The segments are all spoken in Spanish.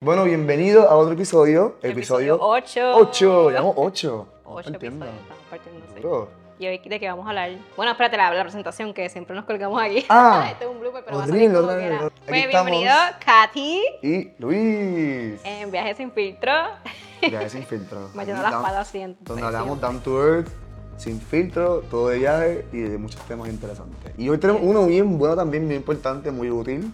Bueno, bienvenido a otro episodio. Episodio 8. 8. Llevamos 8. 8 episodios. Estamos partiendo. sí. Duro. ¿Y hoy de qué vamos a hablar? Bueno, espérate, la, la presentación que siempre nos colgamos aquí. Ah, este es un blooper, pero va a horrible, salir como horrible, quiera. horrible. Aquí Pues estamos. bienvenido, Katy, Y Luis. en Viajes sin Filtro. Viaje sin filtro. Mayando Aquí las down- palas siempre. Donde hablamos siempre. down to earth, sin filtro, todo de viaje y de muchos temas interesantes. Y hoy tenemos uno bien bueno también, muy importante, muy útil.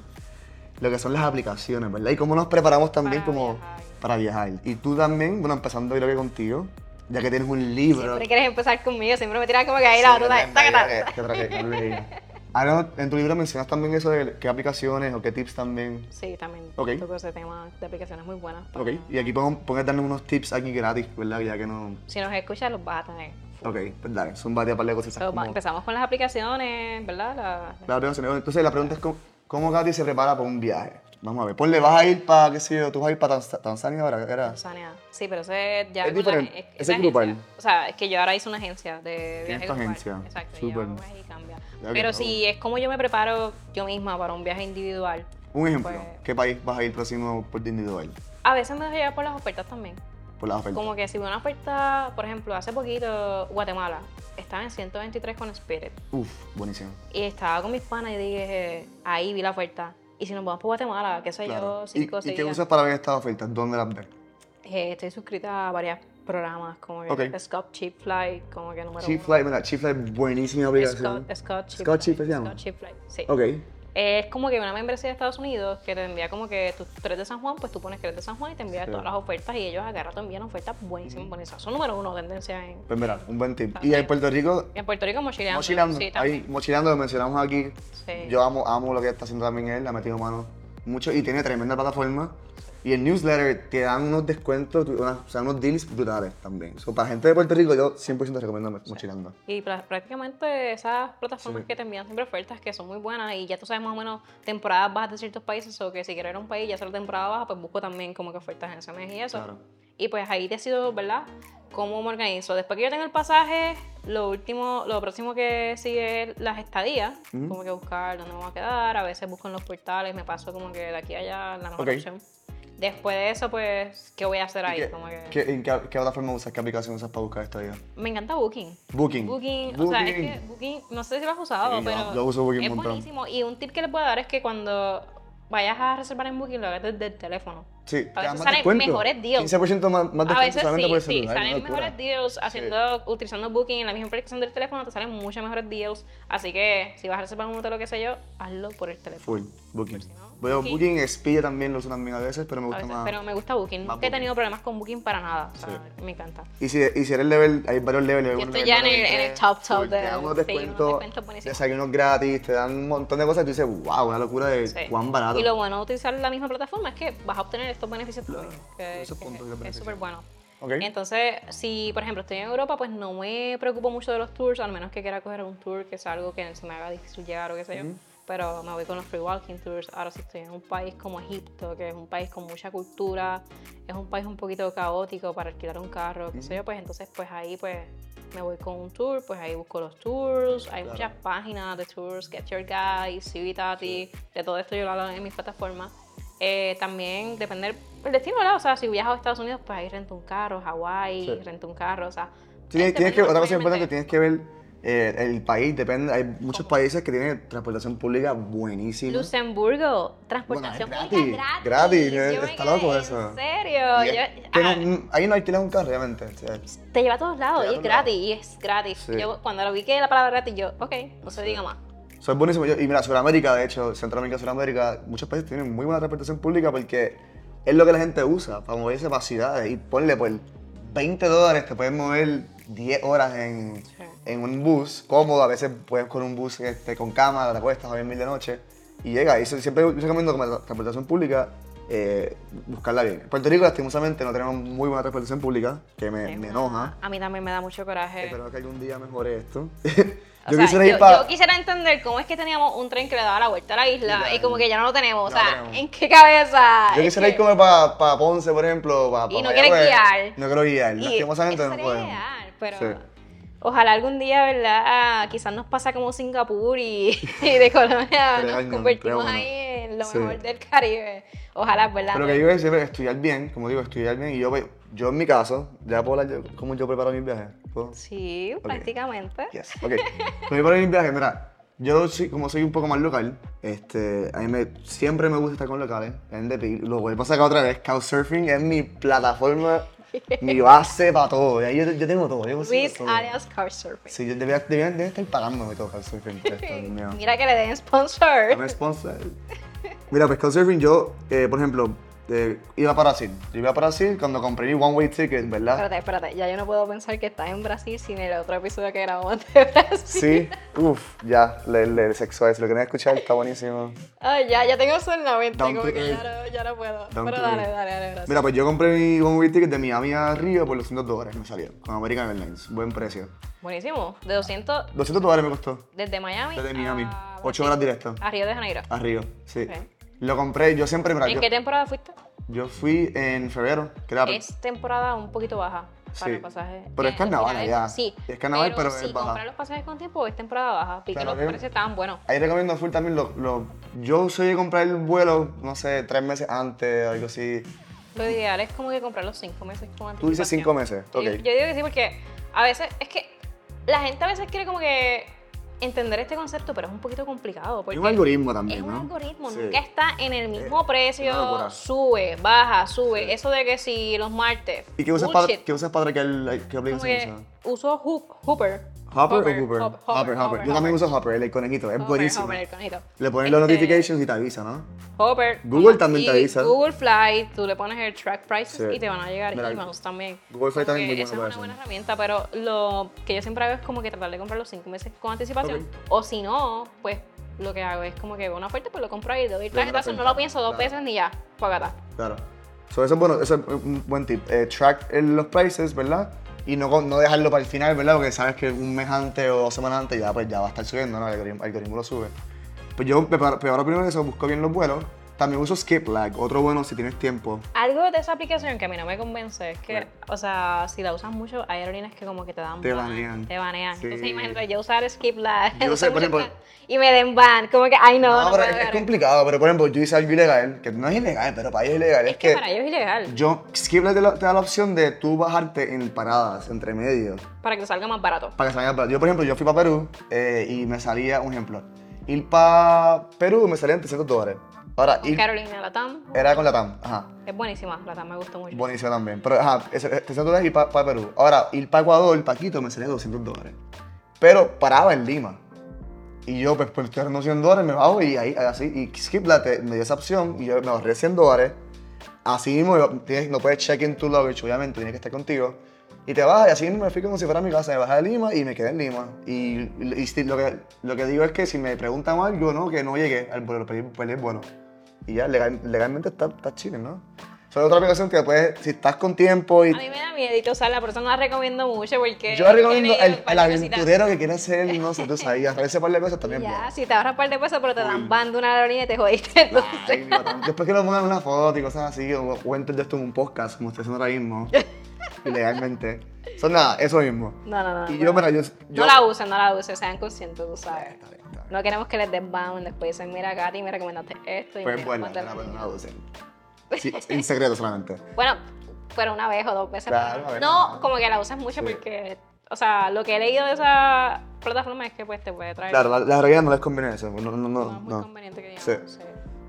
Lo que son las aplicaciones, ¿verdad? Y cómo nos preparamos también Para como viajar. para viajar. Y tú también, bueno, empezando creo que contigo, ya que tienes un libro. Siempre quieres empezar conmigo, siempre me tiras como que ahí la Sí, otra. que taca, taca. traje, que traje, que traje. Ahora, en tu libro mencionas también eso de qué aplicaciones o qué tips también. Sí, también. Ok. Toco ese tema de aplicaciones muy buenas. para- Ok, y aquí podemos puedes darnos unos tips aquí gratis, ¿verdad? Ya que no... Si nos escuchas, los vas a tener. Ok, pues dale, son varias par de cosas. So, va- empezamos con las aplicaciones, ¿verdad? La- La aplicación. Entonces la pregunta es cómo, cómo Katy se prepara para un viaje. Vamos a ver, ponle, vas a ir para, qué sé yo, tú vas a ir para Tanz- Tanzania ahora, ¿qué era? Tanzania. Sí, pero ese ya Es con la- diferente, es- ese esa es grupal. agencia. O sea, es que yo ahora hice una agencia de viaje tu grupal. agencia, Exacto, súper. yo y cambia. Ya que Pero está si es como yo me preparo yo misma para un viaje individual, Un ejemplo, Pues- ¿qué país vas a ir próximo por dignidad hoy? a veces me dejo llevar por las ofertas también. Por las ofertas. Como que si veo una oferta, por ejemplo, hace poquito Guatemala estaba en 123 con Spirit Uf, buenísimo. y estaba con mis panas y dije, ahí vi la oferta. Y si nos vamos por Guatemala, qué sé Claro. Pues yo, ¿Y, cinco o y seis qué días. usas para ver estas ofertas? ¿Dónde las ves? Eh, estoy suscrita a varios programas como el Ok. Scope Cheap Flight, como que número Cheap uno. Flight, mira, Cheap Flight, buenísima aplicación. Scott, Scott Chip. Scott Chip se llama. Scott Chip Flight, sí. Ok, Eh, Es como que una membresía de Estados Unidos que te envía como que tú tú eres de San Juan, pues tú pones que eres de San Juan y te envía Sí. todas las ofertas y ellos agarran, te envían ofertas buenísimas, buenísimas. Son número uno tendencia en, pues mira, un buen tip. Está Y en bien. Puerto Rico, en Puerto Rico mochileando. mochilando, Sí, también. ahí, mochilando, lo mencionamos aquí. Sí. Yo amo, amo lo que está haciendo también él, le ha metido mano mucho y tiene tremenda plataforma. Y el newsletter te dan unos descuentos, tú- unas- o sea, unos deals brutales también. So, para gente de Puerto Rico, yo 100% recomiendo mochilando. Y pra- prácticamente esas plataformas que te envían siempre ofertas que son muy buenas y ya tú sabes más o menos temporadas bajas de ciertos países o que si quiero ir a un país y hacer la temporada baja, pues busco también como que ofertas en ese mes y eso. Claro. Y pues ahí decido, ¿verdad? Cómo me organizo. Después que yo tengo el pasaje, lo último, lo próximo que sigue es las estadías, como que buscar dónde me voy a quedar, a veces busco en los portales, me paso como que de aquí a allá la mejor Ok. opción. Después de eso, pues, ¿qué voy a hacer ahí? ¿Qué, Como que- qué, en qué, qué plataforma usas? ¿Qué aplicación usas para buscar esta idea? Me encanta Booking. Booking. Booking, o sea, es que Booking, no sé si lo has usado, Sí, yo- pero yo uso Booking es un montón. buenísimo. Y un tip que les puedo dar es que cuando vayas a reservar en Booking, lo hagas desde el teléfono. Sí, te dan veces más salen descuento. mejores deals. 15% más, más A descuento veces solamente sí, por el sí, celular, una salen locura. mejores deals haciendo, utilizando Booking en la misma aplicación del teléfono, te salen muchos mejores deals. Así que si vas a reservar un hotel o qué sé yo, hazlo por el teléfono. Full, Booking. si no, Veo Booking. Booking, Expedia también lo uso también a veces, pero me A gusta veces, más. pero me gusta Booking. más Nunca he Booking. tenido problemas con Booking para nada. O sea, Sí. me encanta. Y si, y si eres level, hay varios levels. Yo level uno, estoy level ya dos, en el, level en el tres, top top full, de Te dan unos sí, unos descuentos, descuentos buenísimos. desayunos gratis, te dan un montón de cosas y tú dices, wow, una locura de Sí. cuán barato. Y lo bueno de utilizar la misma plataforma es que vas a obtener estos beneficios también, que, esos que- puntos y los que es beneficios. súper bueno. Ok. Entonces, si por ejemplo estoy en Europa, pues no me preocupo mucho de los tours, al menos que quiera coger un tour que es algo que se me haga difícil llegar o qué sé yo. Pero me voy con los free walking tours. Ahora, si estoy en un país como Egipto, que es un país con mucha cultura, es un país un poquito caótico para alquilar un carro, qué sé yo, pues entonces, pues ahí pues me voy con un tour, pues ahí busco los tours. Hay muchas páginas de tours, Get Your Guide, Civitati, de todo esto yo lo hago en mis plataformas. Eh, también depende del- del destino, ¿verdad? O sea, si viajo a Estados Unidos, pues ahí rento un carro, Hawái, Sí. rento un carro, o sea. Tienes, depende tienes que, otra cosa este obviamente. importante, tienes que ver eh, el país, depende, hay muchos países que tienen transportación pública buenísima. Luxemburgo, transportación Bueno, es pública gratis, gratis, gratis. Yo me está quedé, loco ¿en eso. serio? Y es Yo- que no- ah, mm, ahí no alquilas un carro, realmente. o sea, te lleva a todos lados Te lleva y a todos lados. es gratis, y es gratis. Sí. Yo cuando lo vi que la palabra gratis, yo, ok, no se diga más. Eso es buenísimo. Yo- y mira, Sudamérica, de hecho, Centroamérica, Sudamérica, muchos países tienen muy buena transportación pública porque es lo que la gente usa para moverse para ciudades. Y ponle por 20 dólares, te puedes mover 10 horas en, en un bus cómodo. A veces puedes con un bus este, con cámara, te acuestas a ver mil de noche y llega. Y eso- siempre yo recomiendo como la transportación pública. eh, buscarla bien. En Puerto Rico, lastimosamente, no tenemos muy buena transportación pública, que me, Es me una- enoja. A mí también me da mucho coraje. Espero que algún día mejore esto. O sea, yo, pa- yo quisiera entender cómo es que teníamos un tren que le daba la vuelta a la isla Literal. y como que ya no lo tenemos. No o sea, lo tenemos. ¿en qué cabeza? Yo Ah, Es quisiera ir que- como para pa Ponce, por ejemplo, para Y no quieres guiar. No quiero guiar, y lastimosamente eso no sería puedo. ideal, pero Sí. ojalá algún día, Ah, ¿verdad? Quizás nos pasa como Singapur y, y de Colombia Tres nos años, convertimos tres, bueno. ahí en lo Sí. mejor del Caribe. Ojalá, ¿verdad? Pero que yo siempre estudiar bien, como digo, estudiar bien. Y yo, pues, yo en mi caso, ya puedo hablar de cómo yo preparo mis viajes. ¿Puedo? Sí, prácticamente. Yes, ok. Pero yo para mis viajes, mira, yo soy- como soy un poco más local, este, a mí me- siempre me gusta estar con locales, en de pedir, lo vuelvo a sacar otra vez, Couchsurfing es mi plataforma, mi base para todo, y ahí yo, yo tengo todo, yo consigo Luis todo. alias Couchsurfing. Sí, yo debía, debía, debía estar pagándome todo Couchsurfing, esto es mío. Mira que le den sponsor. Dame sponsor. Mira, pues Couchsurfing yo, eh, por ejemplo, eh, iba para Brasil, yo iba para Brasil cuando compré mi one-way ticket, ¿verdad? Espérate, espérate, ya yo no puedo pensar que estás en Brasil sin el otro episodio que grabamos de Brasil. Sí, uff, ya, le, le, sexual, si lo quieren escuchar está buenísimo. Ay, ya, ya tengo eso en la mente, Down como to que ya earth. no, ya no puedo. Down Pero to dale, earth. dale, dale, gracias. Mira, pues yo compré mi One Way Ticket de Miami a Río por 200 dólares, me salió, con American Airlines, buen precio. Buenísimo, de 200 200 dólares me costó, desde Miami. desde Miami, a 8 Brasil, horas directas, A Río de Janeiro. a Río, sí. Ah, Ok. Lo compré, yo siempre, mira, ¿En Ah, yo, qué temporada fuiste? yo fui en febrero, que era... Es temporada un poquito baja para Sí, los pasajes. pero es Eh, carnaval finales, allá. Sí. Es carnaval, pero si es baja. comprar los pasajes con tiempo es temporada baja, porque Claro los que- precios estaban buenos. Ahí recomiendo full también los... los- yo soy de comprar el vuelo, no sé, tres meses antes, algo así. Lo ideal es como que comprar los cinco meses con anticipación. Tú dices cinco meses, Yo- ok. Yo, digo que sí porque a veces es que la gente a veces quiere como que entender este concepto, pero es un poquito complicado porque Es un algoritmo pues, es también, un ¿no? algoritmo, Sí. nunca está en el mismo Eh, una precio, locura. sube, baja, sube. Eso de que si los martes. ¿Y qué usas para, bullshit, qué usas para que el... ¿Qué como aplicación que usas? uso Hoop- Hooper. ¿Hopper o Hooper? Hop- Hopper, Hopper. Yo también uso Hopper, el del conejito, es Hopper, buenísimo. Hopper, el conejito. Le pones los Este, notifications y te avisa, ¿no? Hopper. Google como- también te y avisa. Google Fly, tú le pones el track prices Sí. y te van a llegar Mira, emails también. Google Fly Como también que es muy esa bueno es para una buena eso. herramienta, pero lo que yo siempre hago es como que tratar de comprar los cinco meses con anticipación. Ok. O si no, pues lo que hago es como que veo una oferta, pues lo compro ahí, doy el Primera tarjetazo, no oferta, lo pienso dos claro. veces ni ya, para acá. Claro. So, eso es bueno, eso es un buen tip. Eh, track eh, los prices, ¿verdad? Y no, con- no dejarlo para el final, ¿verdad? Porque sabes que un mes antes o dos semanas antes ya, pues, ya va a estar subiendo, ¿no? El algoritmo, el algoritmo lo sube. Pues yo preparo, preparo primero eso, busco bien los vuelos. También uso Skip Lag, otro bueno si tienes tiempo. Algo de esa aplicación que a mí no me convence es que, Bueno. o sea, si la usas mucho, hay aerolíneas que como que te dan Te ban, banean. Te banean. Sí. Entonces, imagínate, yo usar Skip Lag. Yo sé, por ejemplo- Y me den ban. Como que, ay, no, pero no, puedo es, es ver. complicado, pero por ejemplo, yo hice algo ilegal, que no es ilegal, pero para ellos es ilegal. Es que para ellos es ilegal, yo, Skip Lag te, lo- te da la opción de tú bajarte en paradas, entre medio. para que te salga más barato. para que salga- Yo, por ejemplo, yo fui para Perú eh, y me salía, un ejemplo, ir para Perú me salían 300 dólares. Ahora, ir Carolina Latam era con la TAM, ajá. es buenísima, Latam me gustó mucho. Buenísimo también. Pero, ajá, ese- 300 dólares ir para Perú. Ahora, ir para Ecuador, para Quito, me salía 200 dólares. Pero paraba en Lima. Y yo, pues, pues estoy ahorrando 100 dólares, me bajo y ahí, así. Y Skipla te- me dio esa opción y yo me ahorré 100 dólares. Así mismo, yo- tienes- no puedes check in tu luggage, obviamente, tienes que estar contigo. Y te bajas y así mismo me fui como si fuera a mi casa. Me bajé de Lima y me quedé en Lima. Y, y si- lo, que, lo que digo es que si me preguntan algo, no, que no llegué al vuelo, pedí, pedí bueno. Y ya, legal- legalmente está, está chile, ¿no? Solo otra aplicación que puedes, si estás con tiempo y A mí me da miedito usarla, por eso no la recomiendo mucho porque... yo recomiendo tiene el, un par el de cositas. aventurero que quiere ser, no sé, tú sabías, ese par de cosas también. pues. es Ya, bueno. si te ahorras un par de pesos, pero te dan ban de una aerolínea y te jodiste. entonces. Ay, digo, después que lo pongan en una foto y cosas así, o cuenten de esto en un podcast, como estoy haciendo ahora mismo, ilegalmente. Son nada, eso mismo. No, no, no. Y no. yo, mira, yo... No yo- Ah, la usen, no la usen, sean conscientes, tú sabes. Está bien, está bien. No queremos que les den ban, después dicen, mira, Katy, me recomendaste esto. y Pues me bueno, mandaron- la persona usen. Sí, en secreto solamente. Bueno, pero una vez o dos veces. Claro, pero a ver, no, ajá. como que la usas mucho Sí. porque, o sea, lo que he leído de esa plataforma es que pues te puede traer. Claro, la- las drogas no les conviene eso, no, no, no no. es muy no. conveniente que digamos. Sí. sí.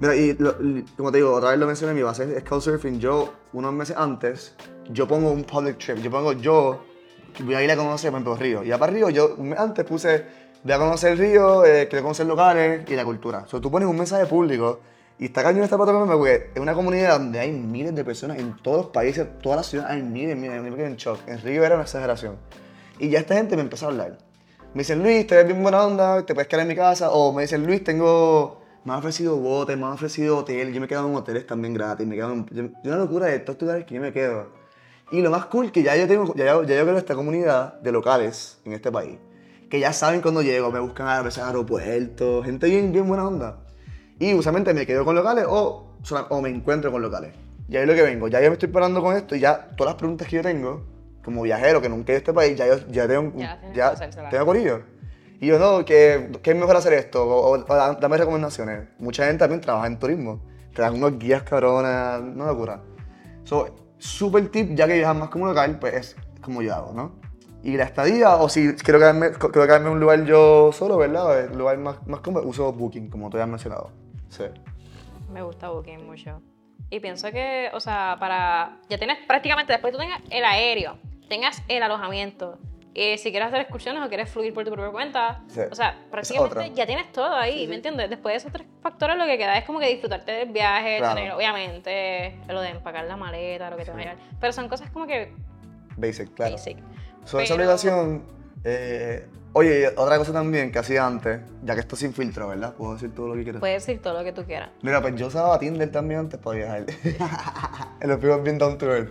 Mira, y lo- y como te digo, otra vez lo mencioné, mi base es Couchsurfing. Yo, unos meses antes, yo pongo un public trip. Yo pongo, yo voy a ir a conocer, por ejemplo, Río. Y ya para Río, yo un mes antes puse, voy a conocer Río, eh, quiero conocer locales y la cultura. O sea, tú pones un mensaje público y está cañón esta plataforma porque es una comunidad donde hay miles de personas en todos los países, todas las ciudades, hay miles, miles, miles, en shock. En Río era una exageración. Y ya esta gente me empezó a hablar. Me dicen, Luis, te ves bien buena onda, te puedes quedar en mi casa. O me dicen, Luis, tengo. Me han ofrecido botes, me han ofrecido hotel. Yo me he quedado en hoteles también gratis. Me quedo en. yo- yo una locura de estos lugares que yo me quedo. Y lo más cool que ya yo tengo, ya, yo- ya yo creo esta comunidad de locales en este país. Que ya saben cuando llego, me buscan a veces en aeropuertos, gente bien, bien buena onda. Y usualmente me quedo con locales o, sola- o me encuentro con locales. Y ahí es lo que vengo. Ya yo me estoy parando con esto y ya todas las preguntas que yo tengo, como viajero que nunca he ido a este país, ya yo ya tengo, Ya las tienes que ya hacérselas. tengo corillo. Y yo, no, que, que es mejor hacer esto, o, o- o da- dame recomendaciones. Mucha gente también trabaja en turismo, te dan unos guías cabronas, una locura. So, super tip, ya que viajas más como local, pues es como yo hago, ¿no? Y la estadía, o si quiero quedarme, co- quiero quedarme en un lugar yo solo, ¿verdad? Un lugar más, más cómodo, uso Booking, como tú ya has mencionado. Sí. Me gusta Booking mucho. Y pienso que, o sea, para. Ya tienes prácticamente, después tú tengas el aéreo, tengas el alojamiento. eh, si quieres hacer excursiones o quieres fluir por tu propia cuenta, Sí. o sea, prácticamente otra. ya tienes todo ahí, ¿me entiendes? Después de esos tres factores, lo que queda es como que disfrutarte del viaje, Claro. tener, obviamente, lo de empacar la maleta, lo que te va a llevar. Pero son cosas como que Basic, claro. basic. So, esa Pero- obligación. eh, oye, y otra cosa también que hacía antes, ya que esto es sin filtro, ¿verdad? Puedo decir todo lo que quieras. Puedes decir todo lo que tú quieras. Mira, pues yo usaba Tinder también antes para viajar. en los pibos bien down to earth.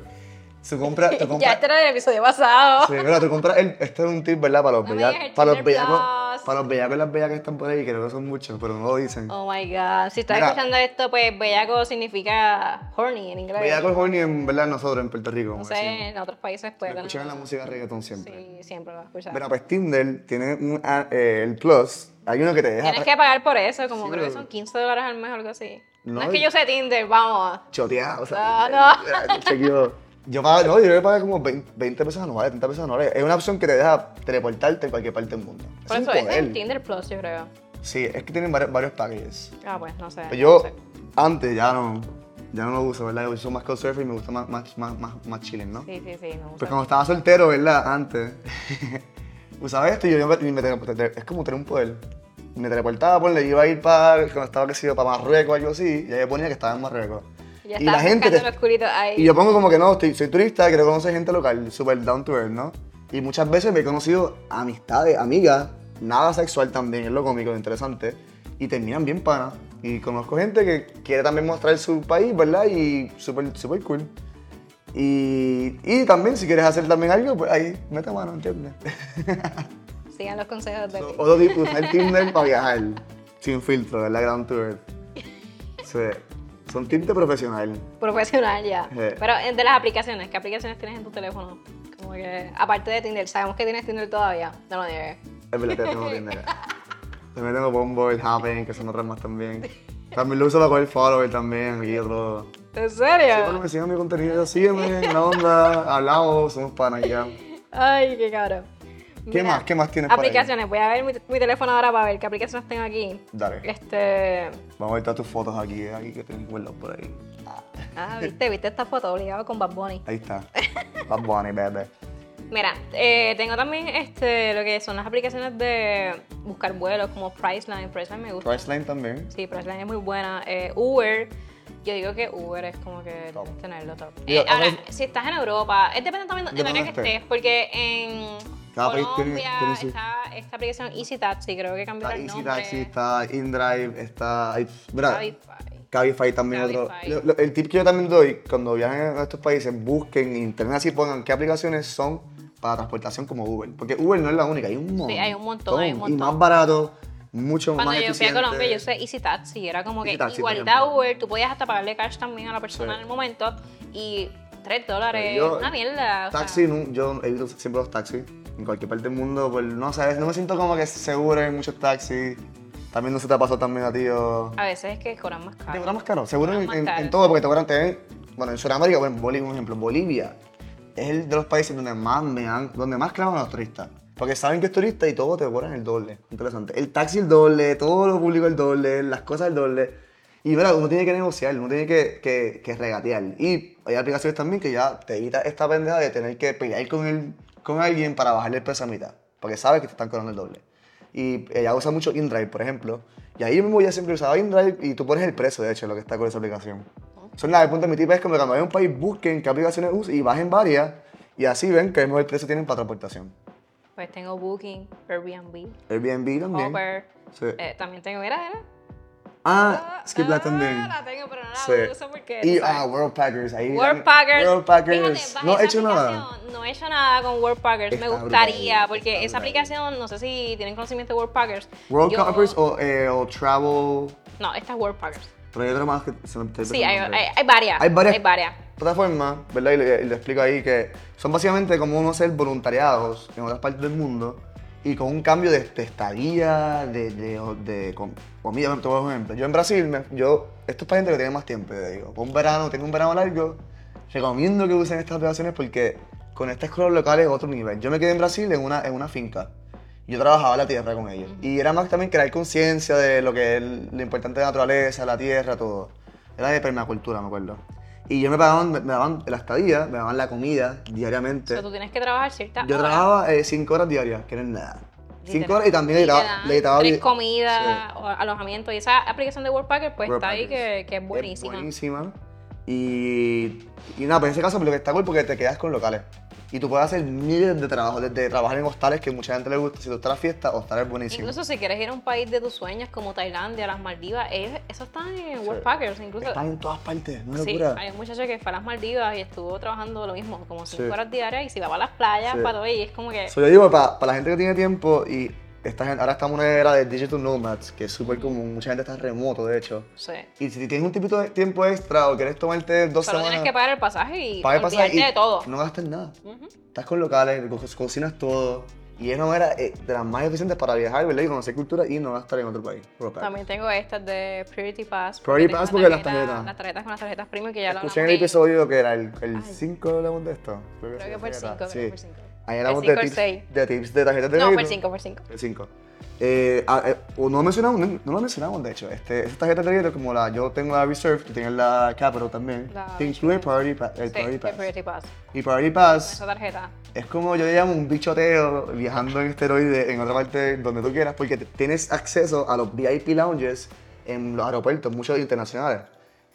Tú compras, tú Ya compras. este era del episodio pasado. Sí, mira, tú compras el, este es un tip, ¿verdad? Para los No me bellacos. digas el Para los Tinder bellacos. Plus. Para los bellacos y las bellas que están por ahí, que no son muchos, pero no lo dicen. Oh my god. Si estás Mira. escuchando esto, pues bellaco significa horny en inglés. Bellacos es horny, en verdad, nosotros en Puerto Rico. No como sé, decimos. en otros países Pero puede Escuchan la música de reggaetón siempre. Sí, siempre lo vas a escuchar. Mira, pues Tinder tiene un, a- eh, el plus. Hay uno que te deja. pues, Tienes que pagar por eso, como Sí, creo que pero- son 15 dólares al mes o algo así. No, No, es que y- yo sé Tinder, vamos. choteado. O Ah, sea, no. se equivocó. Yo pagaba, no, yo pagaba como 20, 20 pesos anuales, 30 pesos anuales. Es una opción que te deja teleportarte en cualquier parte del mundo. Por un eso es poder. el Tinder Plus, yo creo. Sí, es que tienen varios, varios packages. Ah, pues no sé. Pero yo no sé. antes ya no, ya no lo uso, ¿verdad? Yo uso más Couchsurfing y me gusta más, más, más, más, más chilling, ¿no? Sí, sí, sí, me gusta. Pues cuando estaba soltero, ¿verdad? Antes. Usaba esto y yo, yo me, me tele- es como tener un poder. Me teleportaba, ponle, iba a ir para, cuando estaba, qué sé yo, para Marruecos o algo así, y ahí ponía que estaba en Marruecos. Ya y la estás gente buscando te- lo oscurito ahí. y yo pongo como que no, estoy- soy turista, quiero conocer gente local, super down to earth, ¿no? Y muchas veces me he conocido amistades, amigas, nada sexual también, es lo cómico, lo interesante, y terminan bien panas. Y conozco gente que quiere también mostrar su país, ¿verdad? Y súper, súper cool. Y, y también, si quieres hacer también algo, pues ahí, meta mano, ¿entiendes? Sigan los consejos de So, mí. otro tipo, usar Tinder para viajar, sin filtro, ¿verdad? Ground to earth. Sí, son tips de profesional. Profesional ya. Eh. Pero eh, de las aplicaciones, ¿qué aplicaciones tienes en tu teléfono? Como que, aparte de Tinder, sabemos que tienes Tinder todavía. No lo niegues. Es verdad, todavía tengo Tinder. También tengo Bumble, el Happen, que son otras más también. También lo uso para coger follower también, aquí otro. ¿En serio? Para que me sigan mi contenido, sígueme, la onda, hablamos, somos panas ya. Ay, qué caro. ¿Qué más? ¿Qué más tienes para ahí? Aplicaciones. Voy a ver mi, mi teléfono ahora para ver qué aplicaciones tengo aquí. Dale. Este. Vamos a ver todas tus fotos aquí, eh, aquí que tengo guardado por ahí. Ah, viste, viste esta foto obligado con Bad Bunny. Ahí está. Bad Bunny, bebé. Mira, eh, tengo también este, lo que son las aplicaciones de buscar vuelos como Priceline. Priceline me gusta. Priceline también. Sí, Priceline es muy buena. Eh, Uber. Yo digo que Uber es como que Top. tenerlo top. Digo, Eh, ahora, ahora- si estás en Europa, es depende también del Depende área que dónde estés. estés, porque en Cada país tiene- Colombia tiene su- está esta aplicación Easy Taxi, creo que cambió Está el Easy nombre. Taxi, está InDrive, está... hay- mira, Cabify. Cabify también Cabify. otro. Lo- lo- el tip que yo también doy, cuando viajen a estos países, busquen en internet así pongan qué aplicaciones son para transportación como Uber. Porque Uber no es la única, hay un montón. hay un montón, hay un Y montón. más barato, mucho Cuando más yo fui a eficiente. Colombia, yo usé Easy Taxi, era como que Easy Taxi, por igualidad a ejemplo. Uber, tú podías hasta pagarle cash también a la persona Sí. en el momento y 3 Pero dólares, yo- una mierda. o sea, Taxi, nu- yo evito siempre los taxis. En cualquier parte del mundo, pues no sabes, no me siento como que seguro en muchos taxis. También no se te ha pasado también a ti. o- a veces es que cobran más Te caro. cobran más caro, seguro Cobran en, más en- caro, en todo, porque te cobran también. Bueno, en Sudamérica, bueno, en Bolivia, un ejemplo, Bolivia es el de los países donde más me han, donde más claman a los turistas. Porque saben que es turista y todo te cobran el doble. Interesante. El taxi el doble, todo lo público el doble, las cosas el doble. Y verdad, uno tiene que negociar, uno tiene que, que, que regatear. Y hay aplicaciones también que ya te evita esta pendeja de tener que pelear con, el, con alguien para bajarle el peso a mitad. Porque sabes que te están cobrando el doble. Y ella usa mucho InDrive, por ejemplo. Y ahí yo mismo ya siempre usaba InDrive y tú pones el precio, de hecho, lo que está con esa aplicación. Son las punto de mi tip es como que cuando hay un país busquen qué aplicaciones usan y bajen varias y así ven qué mejor precio tienen para transportación. Pues tengo Booking, Airbnb, Airbnb también. Uber. Sí. eh, también tengo, mira, era. ah, Skip la that también. La tengo, pero no la Sí. ah, uso porque. Y tú sabes. ah, World Packers. Ahí World Packers. World Packers. Fíjate, bajé no esa he hecho nada. aplicación, No he hecho nada con World Packers. Me Está gustaría, brutal, porque está esa brutal. aplicación, no sé si tienen conocimiento de World Packers. World Yo- Packers o, eh, o Travel. No, esta es World Packers. Pero hay otra más que se me estoy Sí, hay, pensando. hay- hay varias. Hay varias. Hay varias. plataformas, ¿verdad? Y le, y le explico ahí que son básicamente como uno hacer voluntariados en otras partes del mundo y con un cambio de, de estadía, de, de, de com- comida. Te voy a dar un ejemplo. Yo en Brasil, me- yo, esto es para gente que tiene más tiempo, yo digo. Por un verano, tengo un verano largo, recomiendo que usen estas aplicaciones porque con estas escuelas locales es otro nivel. Yo me quedé en Brasil en una, en una finca. Yo trabajaba la tierra con ellos. Y era más también crear conciencia de lo que es lo importante de la naturaleza, la tierra, todo. Era de permacultura, me acuerdo. Y yo me pagaban, me, me daban la estadía, me daban la comida diariamente. O sea, tú tienes que trabajar cierta Yo hora. trabajaba 5 horas diarias, que no es nada. 5 Literal. horas y también le te daba, dan le daba tres vi- comidas, o alojamiento. Y esa aplicación de Worldpacker pues World está ahí Packers. que, que es buenísima. buenísima. Y, y nada, pues en ese caso lo que está cool porque te quedas con locales. Y tú puedes hacer miles de trabajos, desde trabajar en hostales que mucha gente le gusta. Si tú estás a la fiesta, hostal es buenísimo. Incluso si quieres ir a un país de tus sueños como Tailandia, las Maldivas, ellos, eso está en Worldpacker. o sea, incluso, Estás en todas partes, no es sí, locura. hay un muchacho que fue a las Maldivas y estuvo trabajando lo mismo, como cinco Sí. horas diarias y se va a las playas Sí. para todo y es como que... So, yo digo, para la gente que tiene tiempo y esta gente, ahora estamos en una era de digital nomads, que es súper común, mucha gente está remoto, de hecho. sí. Y si tienes un tipito de tiempo extra o quieres tomarte dos Solo semanas, tienes que pagar el pasaje y paga el olvidarte pasaje y de todo. no gastas nada. Ujú. Estás con locales, co- cocinas todo. Y es una manera eh, de las más eficientes para viajar, ¿verdad? Y conocer cultura y no gastar en otro país. World Pack. También tengo estas de Priority Pass. Priority tengo Pass la porque las tarjeta- tarjetas. Las tarjetas con las tarjetas premium que ya lo Escuché en el hablamos ahí. episodio que era el Ay. 5 hablamos de esto. Creo Creo sí, que fue el era. 5, creo Sí. que fue el 5. Ahí El hablamos de cinco, el tips, seis. de tips de tarjetas de No, fue el crédito. 5, fue el 5. El Eh, 5. no, mencionamos, no, no lo mencionamos, de hecho. Este, esas tarjetas de crédito, como la yo tengo la Reserve, tú tienes la Capital también, La- te incluye Priority Pa- el Sí, el Priority Pass. Priority Pass. Y Priority Pass Esa tarjeta. Es como yo le llamo un bichoteo viajando en esteroides en otra parte donde tú quieras, porque te- tienes acceso a los VIP lounges en los aeropuertos, muchos internacionales.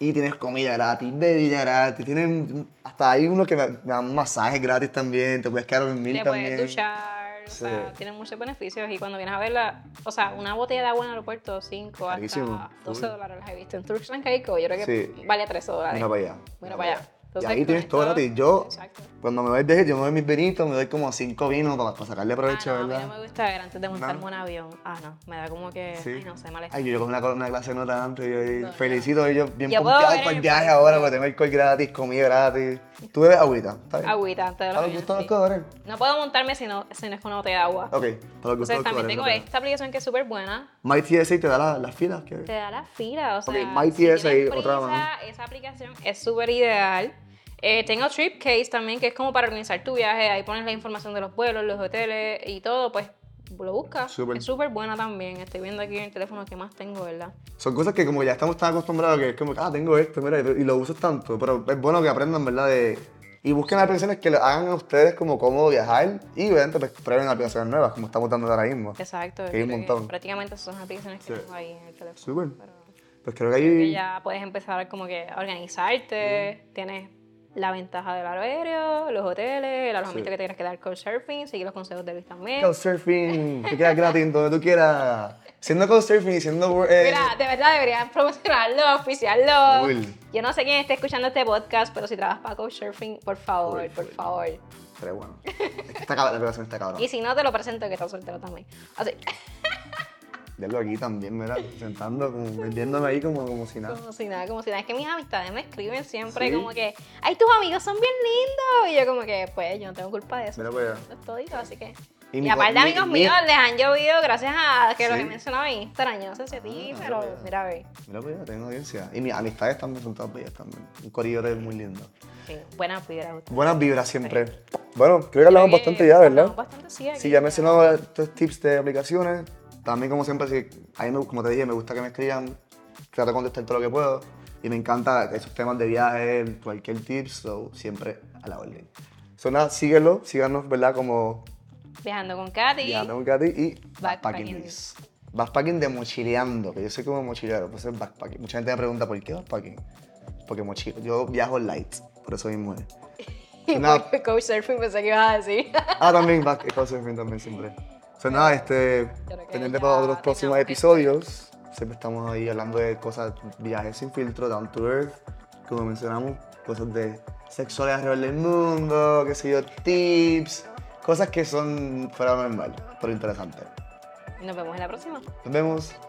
Y tienes comida gratis, bebida gratis, tienen hasta hay unos que me, me dan masajes gratis también, te puedes quedar a dormir Te también. puedes duchar. O sea, Sí. tienen muchos beneficios. Y cuando vienes a verla, o sea, una botella de agua en el aeropuerto, 5 Carísimo. hasta 12 dólares las he visto. En Turks and Caicos, yo creo que Sí. vale 3 dólares. Mira para allá. Mira para allá. y Entonces, ahí con tienes todo esto- gratis. Yo, Exacto. cuando me voy de jet, yo me doy mis vinitos, me doy como cinco vinos para, para sacarle provecho, Ah, no, ¿verdad? A mí no me gusta ver antes de montarme No. un avión. Ah, no. Me da como que. Sí. Ay, no sé, mal Ay, yo llego con una, una clase de nota antes y No, felicito a ellos bien Yo puedo pompeados ver para en el el viaje país. ahora porque tengo alcohol gratis, comida gratis. Tú bebes agüita, ¿está bien? Agüita antes de Para los los aviones, gustos de los sí. colores. No puedo montarme si no, si no es con una botella de agua. Ok, para los gustos de Entonces los también colores. tengo este. no creo. esta aplicación que es súper buena. Mighty SA te da la- las filas. ¿qué? Te da la fila, o sea. Ok, Mighty si es tienes ahí, otra prisa, más. Esa aplicación es súper ideal. Eh, tengo Tripcase también, que es como para organizar tu viaje. Ahí pones la información de los vuelos, los hoteles y todo, pues lo buscas. Súper. Es súper buena también. Estoy viendo aquí en el teléfono qué más tengo, ¿verdad? Son cosas que como ya estamos tan acostumbrados que es como, ah, tengo esto, mira, y lo usas tanto. Pero es bueno que aprendan, ¿verdad? De, y busquen aplicaciones que lo hagan a ustedes como cómo viajar y obviamente pues, prueben aplicaciones nuevas, como estamos dando ahora mismo. Exacto. Hay un creo que montón. Prácticamente esas son las aplicaciones que Sí. tengo ahí en el teléfono. Súper. Pero- Pues creo que que ahí... ya puedes empezar como que a organizarte, Mm. tienes la ventaja del aéreo, los hoteles, el alojamiento Sí. que te quieras quedar con surfing, seguir los consejos de Luis también. Couchsurfing, te quedas gratis donde tú quieras. Siendo couchsurfing y siendo... eh, Mira, de verdad deberían promocionarlo, oficiarlo. Full. Yo no sé quién esté escuchando este podcast, pero si trabajas para Couchsurfing, por favor, Full, por full. Ah. favor. Pero bueno, es que está cabrón, la aplicación está cabrón. Y si no, te lo presento que estás soltero también. Así, Ya lo aquí también, mira, sentando, como, vendiéndome ahí como, como si nada. como si nada, como si nada. Es que mis amistades me escriben siempre Sí. como que, ay, tus amigos son bien lindos. Y yo como que, pues, yo no tengo culpa de eso. Mira pues, para allá. Es todito, así que. Y Y, mi- aparte, mi- amigos mi- míos les han llovido gracias a que los Sí. he mencionado en Instagram. Yo no sé si a ti, Ah, pero mira. mira, ve. Mira, pues ya tengo audiencia. Y mis amistades también son todas bellas también. Un corillo de muy lindo. Sí, buena vibra. ustedes. Buenas vibras siempre. Bueno, creo que hablamos Creo que bastante ya, ¿verdad? hablamos Bastante, sí. aquí. Sí, ya mencionamos estos tips de aplicaciones. También, como siempre, sí, a mí, me- como te dije, me gusta que me escriban. Trato de contestar todo lo que puedo. Y me encanta esos temas de viaje, cualquier tips, so, siempre a la orden. So, nada, síguelo, síganos, ¿verdad? Como Viajando con Katy. Viajando con Katy y Backpacking. Backpacking Luis. Backpacking de mochileando, que yo soy como mochilero, entonces backpacking. Mucha gente me pregunta, ¿por qué backpacking? Porque mochilo, yo viajo light, por eso mismo es. Y Nada. porque Coach Surfing pensé que ibas a decir. Ah, también back, couchsurfing también siempre. O sea, nada, este, creo que pendiente ya para otros próximos terminamos esto. episodios. Siempre estamos ahí hablando de cosas, viajes sin filtro, down to earth, como mencionamos, cosas de sexuales alrededor del mundo, qué sé yo, tips, cosas que son fuera de lo normal, pero interesantes. Nos vemos en la próxima. Nos vemos.